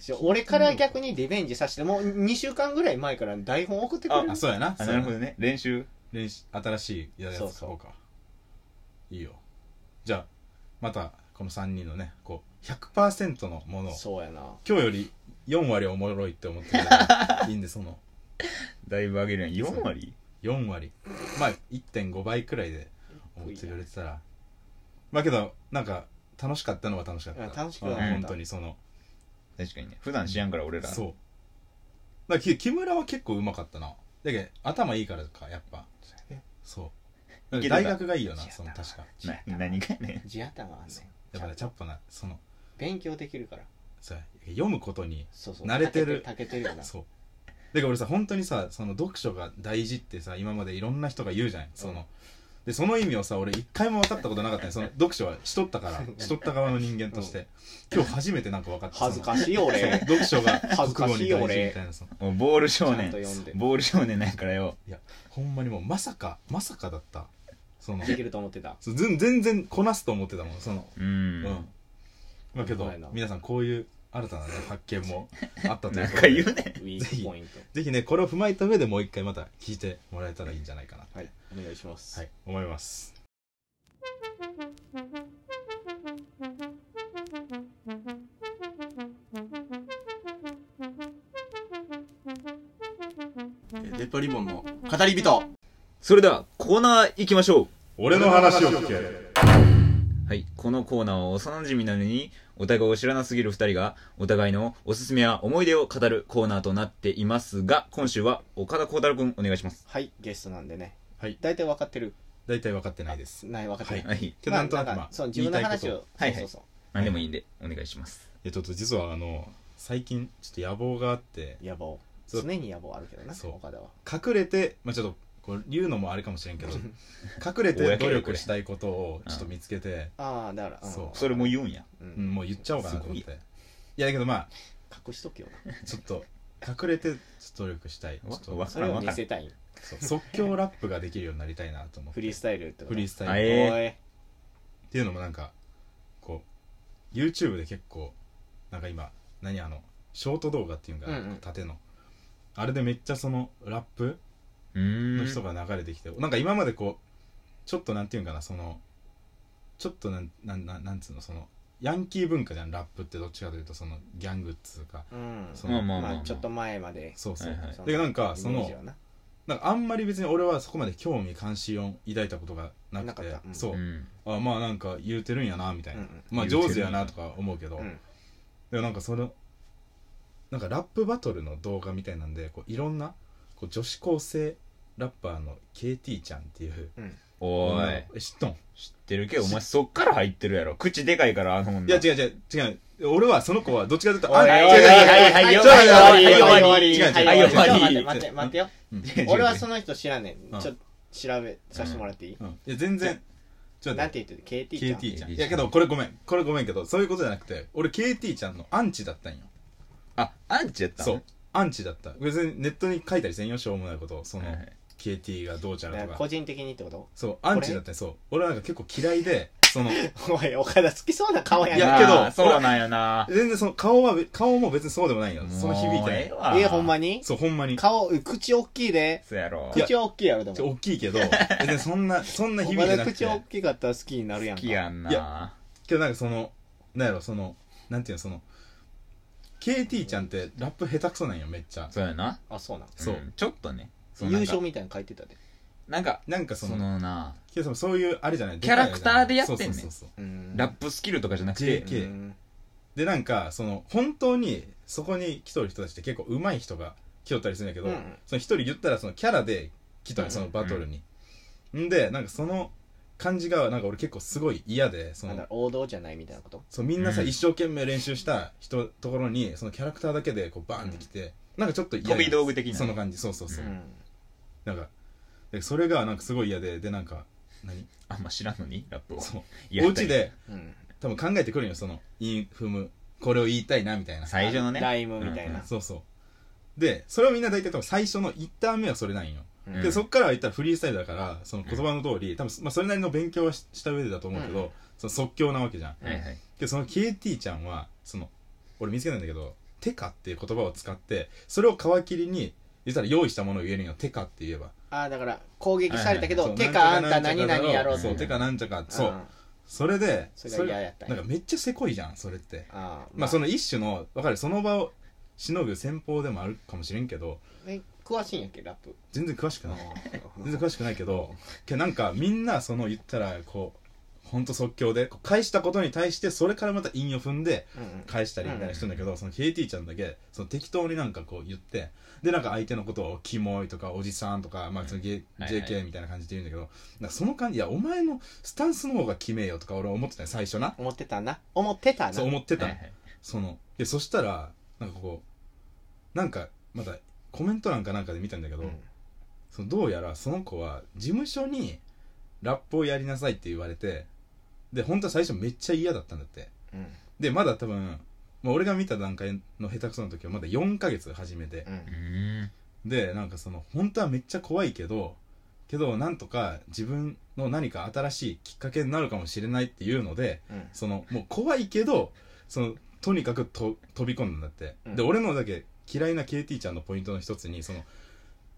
ちょ (laughs) 俺から逆にリベンジさせてもう2週間ぐらい前から台本送ってくれる
あそうやな
あ
そう
な
や
るほどね練習
練習新しいやつ
そう
買おうかいいよじゃあまたこの3人のねこう100%のものを
そうやな
今日より4割おもろいって思ってくれた
(laughs)
らいいんでその
だいぶ上げるやん4割
4割まあ1.5倍くらいで思ってくれてたらまあけどなんか楽しかったのは楽しかった
うん楽しく
う
はな
ん
かった
本当にその
確かにね普段しやんから俺ら
そうだからき木村は結構うまかったなだけど頭いいからかやっぱそう
いけてた
大学がいいよなその確か
な何がやねん
地頭があんねん
やっぱねチャップなその
勉強できるから
そう読むことに
そうそう
慣れてる
たけてるよな
そうだから俺さ本当にさその読書が大事ってさ今までいろんな人が言うじゃないその、でその意味をさ俺一回も分かったことなかったねその読書はしとったからしとった側の人間として、今日初めてなんか分かった
恥ずか
しい
しいよ俺
読書が
恥ずかしいよ
国語に大事
俺
みたいなその
もうボール
ちゃ
少
ん
年
と読んで
ボール少年なんやからよ
ほんまにもうまさかまさかだったその
できると思ってた
そう全全然こなすと思ってたもんその
う
うんん、まあけど
怖いな
皆さんこういう新たな、ね、発見もあったとい
な
うんこと
か
で
言うね
ウィークポイント
ぜひねこれを踏まえた上でもう一回また聞いてもらえたらいいんじゃないかな
はいお願いします、
はい、思います。
えーデッドリボンの語り人
それではコーナー行きましょう
俺の話を聞け
はい。このコーナーは幼馴染なのに、お互いを知らなすぎる二人が、お互いのおすすめや思い出を語るコーナーとなっていますが、今週は岡田幸太郎くんお願いします。
はい、ゲストなんでね
はい、
大体分かってる
大体分かってないです。
ない分かってる、
はい。
けど
ま
な
あ
んとなく
な
ま
んかそ
あ
う自
言い
分
た
の
いこと
話
い
を
はいはい
そうそうそ
何でもいいんで、お願いします。
やちょっと実はあの最近ちょっと野望があって
う野望
そう
常に野望あるけどな
そう
岡田は
隠れてまあちょっとこう言うのもあれかもしれんけど隠れて努力したいことをちょっと見つけて、
ああだから、ん
そう
それも言うんや。
うん
うんもう言っちゃおうかなと思って。いやだけどまあ
隠しとけよな
ちょっと隠れてちょっと努力したい。ちょ
わ
っと
わ
そ
からん
れを
わ
見
からん
せ。たい
そう即興ラップができるようになりたいなと思っ
フ
て。
リースタイルってこと
フリースタイル。
あえ
おい、
っていうのもなんかこう YouTube で結構なんか今何あのショート動画っていうんかな、
うんうん
縦のあれでめっちゃそのラップ
うー
の
ん。
人が流れてきて、なんか今までこうちょっとなんていうんかなそのちょっとなんなんなんなんつうのそのヤンキー文化じゃんラップってどっちかというとそのギャングっつうか
うん
そ
ま
の
あまあまあ、
まあちょっと前まで
そうそう、
はいはい
だけどなんかそ
イメー
の
ジはな
なんかあんまり別に俺はそこまで興味関心を抱いたことがなくて
なかったうん
そう、
うん。
あまあなんか言うてるんやなみたいな、
うんうん
まあ
言うてる
上手やなとか思うけど、
うん
でもなんかそのなんかラップバトルの動画みたいなんでこういろんなこう女子高生ラッパーの KT ちゃんっていう
お
女
ー
の
い。
え知っとん
知ってるけど、お前そっから入ってるやろ。口でかいから、あの女。
いや違う違う違う俺はその子はどっちかというと
おい
あ
おい
違う
おい
違う違う
はいはいはい、よはいはいはいはい
違う違う
はい
ちょっと
終わ
待っ
り
て待って待ってよ
違う違う
俺はその人知らんね
うん
んちょっと調べさせてもらっていい
うんいや全然ちょっと
なんて
待
言ってる KT ちゃん
KT ちゃん
KT
いやけどこれごめんこれごめんけどそういうことじゃなくて俺 KT ちゃんのアンチだったんよ
あ、アンチやった
そうアンチだった別にネットに書いたりせんよしょうもないことをそ
は
の
いはい
KT がどうちゃ
だ
ら
か
と
ら
か
個人的にってこと (laughs)
そうアンチだったねそう俺はなんか結構嫌いでその、い
おい、岡田好きそうな顔や
いや
な。
けど
まあそうなんよな。
全然その顔は、顔も別にそうでもないよ。その響い
も
てな
うえ
い
え。わ
え、ほんまに
そう、ほんまに。
顔、口大きいで。
そうやろ。
口大きいやろ、で
ちょ
も。
大きいけど、全然そ
(laughs)
んな、そんな響い
ま
てな
だ
く
口
て。
大きかったら好きになるや
好
んか。
きやん
い
な。
けどなんかその、なんやろ、その、なんていうの、その、KT ちゃんってラップ下手くそなんよ、めっちゃ。
そうやな。
あ、そうなん。
そうん
ちょっとね。そう
優
なんか
勝みたいなの書いてたで。
なんか、
なんかそ
そ
の、
のな、
けどそのそういう、あれじゃない。
キャラクターでやってんねん
そうそうそう
う
そう
ん
ラップスキルとかじゃなくて、
JK で、なんか、その、本当に、そこに来とる人たちって結構上手い人が来とったりするんやけど、
うん
その一人言ったらそのキャラで来とる、そのバトルに。んで、なんかその感じが、なんか俺結構すごい嫌で、そ
なん
の
だ、王道じゃないみたいなこと
そうみんなさ、
うん
一生懸命練習した人ところにそのキャラクターだけでこうバーンってきて、なんかちょっと嫌
飛び道具的
その
な。
感じそうそうそう、
うん。
なんかでそれがなんかすごい嫌ででなんか何
あんま知らんのに、ラップを。
そう
や
お
ったり
家。で
うん。
多分考えてくるんよそのインフムこれを言いたいなみたいな
最初のね。
ライムみたいな。
そうそうでそれをみんな大体多分最初の1ターン目はそれなんよ、
うん
でそっから言ったらフリースタイルだからその言葉の通り、多分、まあ、それなりの勉強はしした上でだと思うけど、その即興なわけじゃん、
はいはい。
けどその KT ちゃんはその俺見つけたんだけど「テカ」っていう言葉を使ってそれを皮切りに言ったら用意したものを言えるんよ「テカ」って言えば
ああ、だから、攻撃されたけ
そ
ど、
う
てか、あんた
なん
何
ちゃ
々
かだろ
やろう
そう「
と。
テカなんちゃか」そう
あ
それで
それが嫌やったんや
なんかめっちゃせこいじゃんそれって
あ。
まあその一種のわかるその場をしのぐ戦法でもあるかもしれんけど
え詳しいんやっけ、ラップ。
全然詳しくない (laughs) 全然詳しくないけどけどなんかみんなその言ったらこうほんと即興でこう返したことに対してそれからまた韻を踏んで
うんうん
返したりみたいなしてんだけど、その KT ちゃんだけその適当になんかこう言ってでなんか相手のことを「キモい」とか「おじさん」とか、まあそのゲ
はいはい
JK みたいな感じで言うんだけどなんかその感じいやお前のスタンスの方がキメえよとか俺は思ってたよ最初な
思ってたな。思ってたな。
そう思ってた、
はいはい
そのでそしたらなんかこうなんかまたコメントなんかなんかで見たんだけど、
うん
そのどうやらその子は事務所にラップをやりなさいって言われてで本当は最初めっちゃ嫌だったんだって
うん
でまだ多分、まあ、俺が見た段階の下手くそな時はまだ4ヶ月初めて
う、ん
うーん。
でなんかその本当はめっちゃ怖いけどけどなんとか自分の何か新しいきっかけになるかもしれないっていうので
うん
そのもう怖いけどそのとにかくと飛び込んだんだって、
うん
で俺のだけ嫌いな KT ちゃんのポイントの一つにその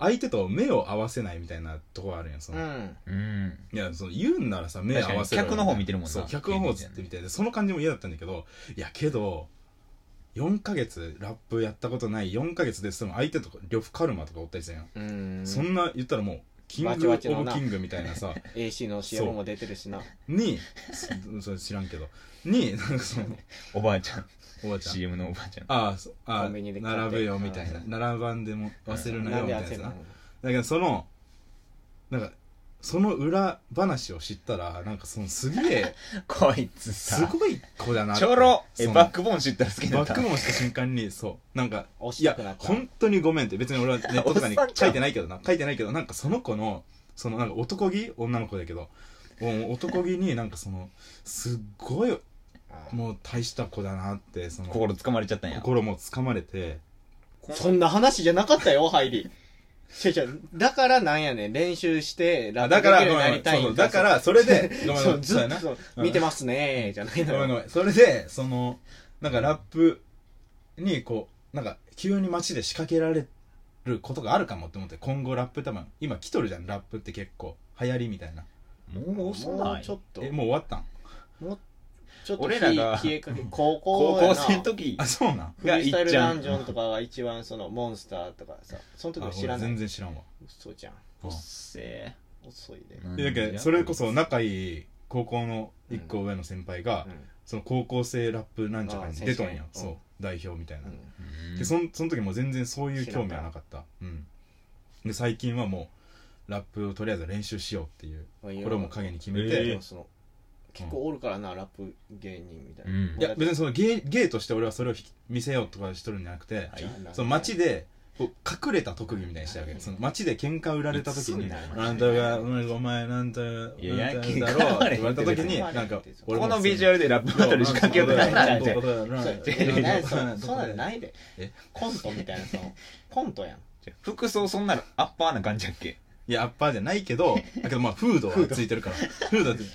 相手と目を合わせないみたいなところあるんよその、
うん
うん。
いやその言うんならさ目合わせ
確かに
ろよ
客の方見てるもんな
そう客の方つってみてでその感じも嫌だったんだけどいやけど4ヶ月ラップやったことない4ヶ月でその相手とか呂布カルマとかおったりするやん、
うん
そんな言ったらもうキング・
わちわち
オ
の
ブ・
な
キングみたいなさ (laughs)
AC の CM も出てるしな
にそそれ知らんけどになんかその
おばあちゃん。
おばあちゃん
CM のおばあちゃん。
ああそあ
コ
あ
ンビニで買って
並べよみたいな並ばんでも忘れな
な
よ
ん
み
で
た
焦
いなやつ
る
な
の
だけどそのなんかその裏話を知ったらなんかそのすげえ
こいつ
す
さ。
ごい子だなって
ちょろえ、
その
バックボーン知ったら好きにな
バ
った
ック。ボーンした瞬間にそうなんか
惜
い
し
や
くなった
本当にごめんって別に俺はネットとかに
おっさんじゃ
書
ん
いてないけどな書いてないけどなんかその子のそのなんか男気女の子だけどもう男気になんかそのすっごいもう大した子だなってその
心掴まれちゃったんや。
心もつかまれて
そんな話じゃなかったよ入り違う違うだからなんやねん練習してラ
あ
ップ
だ
できる
から
よう
ご
にな
めん
りたい
そ
ん
う
だ
だからそれでごめんご
そ
め
うんず
そうや
っと
な
そう
うん
見てますねじゃないの
ごめんご
よ
めんそれでそのなんかラップにこうなんか急に街で仕掛けられることがあるかもって思って今後ラップ多分今来とるじゃんラップって結構流行りみたいな
もう遅
も
な
う
い
ちょっと
えもう終わったん
ちょっと
俺らが
消えかけ高
高
校やな
校生の時
あそうなん
フリースタイルダンジ
がいっちゃ
ョンとかが一番そのモンスターとかさその時は
あ
知らな
俺全
い
然知らんわ
そうじゃん
うおっせ
遅いで
え
いやだけどそれこそ仲いい高校の一個上の先輩が、
うん
その高校生ラップなんちゃかに出とんや
あ先生
そう
うん
代表みたいな、
うん
うん
でそんその時も全然そういう興味はなかったうんで最近はもうラップをとりあえず練習しようっていう
まあいろい
こ
ろ
れも影に決め
で
て、
もその結構おるからな、ラップ芸人みたいな、
うん
いや別にその芸芸として俺はそれをひ見せようとかしとるんじゃなくて、
じゃあなんか
その街でこう隠れた特技みたいにしたわけその街で喧嘩売られた時に「なんとかお前なんとか
いや
なんとか
いや
だろ」
喧嘩売ら
って
れ
言われた時になんか俺も
このビジュアルでラップバトル仕掛けようとかなって
そう
違う違う
なんかそんそんなんないで
え
コントみたいなそのコントやん
服装そんなのアッパーな感じやっけ
いやアッパーじゃないけどだけどまあフードはついてるからフードって「い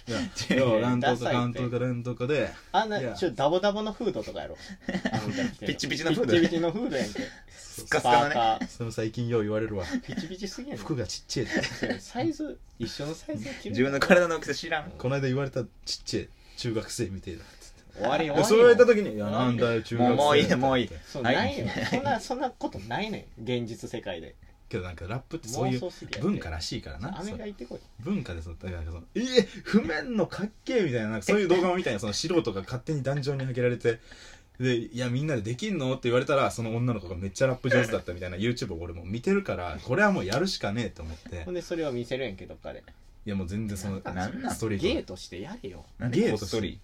やようなんとかかんとかなんとかで
あん
い
な、
や
ちょ、ダボダボのフードとかやろ。
ピッチピチな
ピ
フー
ッ
ド
チ
や
ピチのフードやんけ。
ス
ス
カスカのね
パーカー
それも最近よう言われるわ
ピチピチすぎやねん
服がちっちゃいって
サイズ、一緒のサイズを着る。
自分の体の大きさ知らん
この間言われたちっちゃい中学生みたいだ
終わり終わ
で
り。
それ言われた時に「いやなんだよ中学
も
生」
うもういいもういい
そう
はい
ないよ。そんな、そんなことないねん。現実世界で。
けどなんかラップってそうい
妄
う
想すぎや
文化らしいからな
アメ
そ
リカ
う
行ってこい。
文化でそうだからその「え譜面のかっけえ」みたいななんかそういう動画を見たいなその素人が勝手に壇上に上げられてで「いやみんなでできんの?」って言われたらその女の子がめっちゃラップ上手だったみたいな YouTube を俺も見てるからこれはもうやるしかねえと思って
ほんで、それを見せるやんけ、どっかで。
いやもう全然その
なんなん
ストリ
ゲ
ー
ー
ト
としてやれよ。
なんで
ゲー
こ
ト
っそり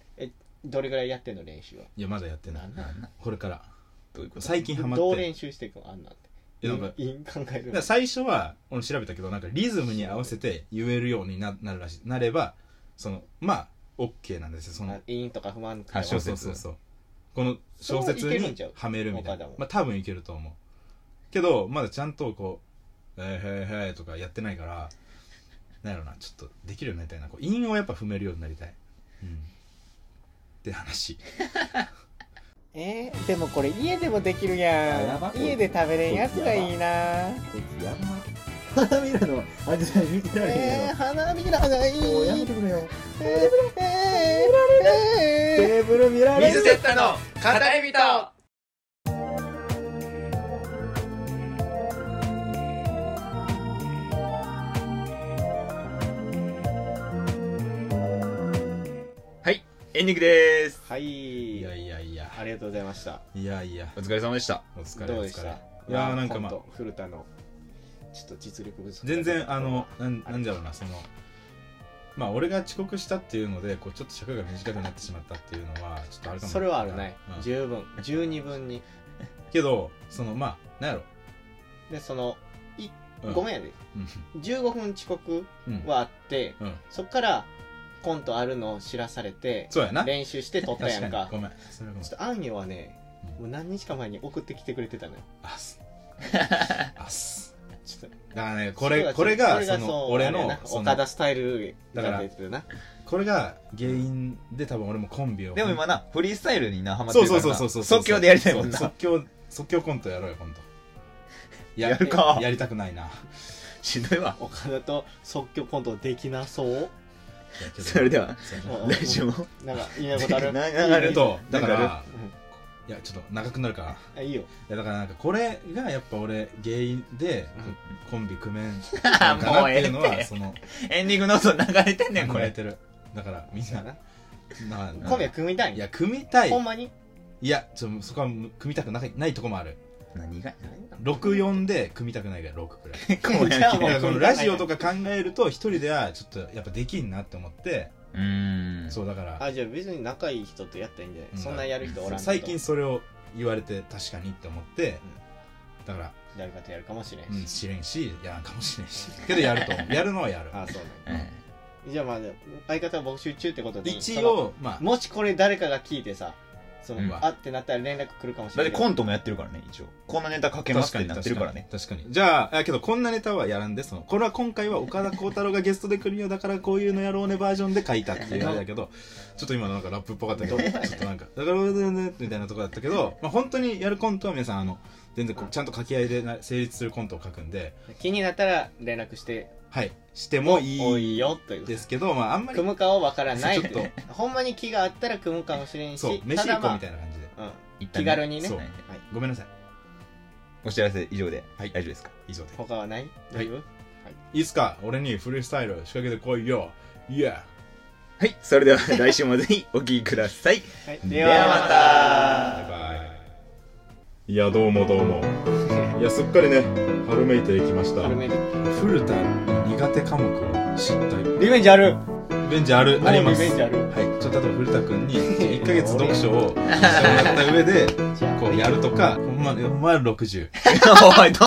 どれぐらいやってんの、練習は。
いやまだやってない
なん
これから
どういうこと
最近ハマっ
どう
て
練習していくのあんなんて。
いやなんか
いい考える
だから最初は俺調べたけどなんかリズムに合わせて言えるようにななるらしいなればそのまあ OK なんですよその
インとか不満と
あ
か。
小説
そうそうそうこの小説
それもいけるん
に
ちゃう
はめるみた
他
いな
でも
まあ多分いけると思うけどまだちゃんとこう「えー、へーへーとかやってないからなんやろなちょっとできるようになりたいなこう韻をやっぱ踏めるようになりたい、うん、って話
えー、でもこれ家でもできるやん家で食べれんやつがいいな
(laughs) 花びらのアジサイ見てら
えー、花びらがいい
てくれよ
えー、えー、えー、
ーブル見ら
水セッタの語り人はいエンディングです
はい。
いやいやいや
ありがとうございました。
いやいや
お疲れ様でした
お疲れ
ど
お
う
疲
で
れ
した
いやーなんかまあ
コント古田のちょっと実力不足
全然あのなんなんだろうなそのまあ俺が遅刻したっていうのでこうちょっと尺が短くなってしまったっていうのはちょっとあるかも
それはあるね、
うん
十分十二分に
けどそのまあなんやろ
でその
う、
ごめ
ん
んやで
うん
15分遅刻
うん、
はあって、
うん
そっからコントあるのを知らされて
そうやな
練習して撮ったやんか
確にごめんそれはごめん
ちょっとあんよはねもう何日か前に送ってきてくれてたのよ
あっすあっす
ちょっと
だからねこれ
そ
これ
そ
がその俺
あれや
の
な
そ
岡
の
田スタイル
だから
出てるな
これが原因で多分俺もコンビを
でも今なフリースタイルになハマって
そう
るか
そ
ら
う
な
そうそうそう
即興でやりたいもん
そう
な
即興即興コントやろうよ今度や
やるか
やりたくないな
しんどいわ
岡田と即興コントできなそう
それでは
もう
来週も
なんか言いなことあ
(laughs)
る
なな
えっとだか
なん
ら
うん
いやちょっと長くなるからい
あいいよ
やだからなんかこれがやっぱ俺原因でコンビ組めんの
あ
か
ーも
な
う
って
え
い
え
うの
っ
は
て
その
エンディングノート流れてんねんこ
考え
れ
てるだからみん
そうやな
なな
コンビは組みたいん
いや組みたい
ほんまに
いやちょっとそこは組みたくないないとこもある
(laughs) 何が
64で組みたくないから6くらい
結構 (laughs)
じゃあ
だからこのラジオと
か
か考えると一人ではちょっとやっぱできんなって思って
うーん
そうだから
あじゃあ別に仲いい人とやったらいいんじゃない、
うん
そんなやる人おらんけど
最近それを言われて確かにって思ってだから
誰かとやるかもしれんし、
うん知れんしやらんかもしれんしけどやると (laughs) 思うやるのはやる
あそう
う
なんや
ん
じゃあまあ相方は募集中ってことで
一応ま
そ
あ
のもしこれ誰かが聞いてさその、
うん
あってなったら連絡来るかもし
だっ
れな
て
い
コントもやってるからね一応こんなネタ書けますってなってるからね
確かに確かにじゃああけどこんなネタはやらんでそのこれは今回は岡田孝太郎がゲストで来るよだからこういうのやろうねバージョンで書いたっていうあれだけど (laughs) ちょっと今のなんかラップっぽかったけど
どう
ちょっとなんかだからねみたいなとこだったけど、まあ、本当にやるコントは皆さんあの全然こうちゃんと書き合いでな成立するコントを書くんで
気になったら連絡して
はいしても
多
いい
いよという
ですけどまああんまり
組むかは分からない
ちょっと
ほんまに気があったら組むかもしれんし
そう飯
ただ
行こう
ま
みたいな感じで
あ、うん、
一旦
気軽にね
そう
はい
ごめんなさい
お知らせ以上で
はい
大丈夫ですか
以上で
他はない大丈夫、
いつか俺にフリースタイル仕掛けてこいよイエー
はいそれでは来週もぜひお聴きください
はい、
(laughs) ではまた
バイバイ
いやどうもど
(laughs)
うもいやすっかりね春めいてきました
軽めで
古田の苦手科目を知ったよ
リベンジある
リベンジあるありま
も
す
うリベンジある
はいちょっと例えば古田君 (laughs) に1ヶ月読書 (laughs) をしてもらった上で
じゃあ
こうやるとかほんまほんま60
(laughs) おい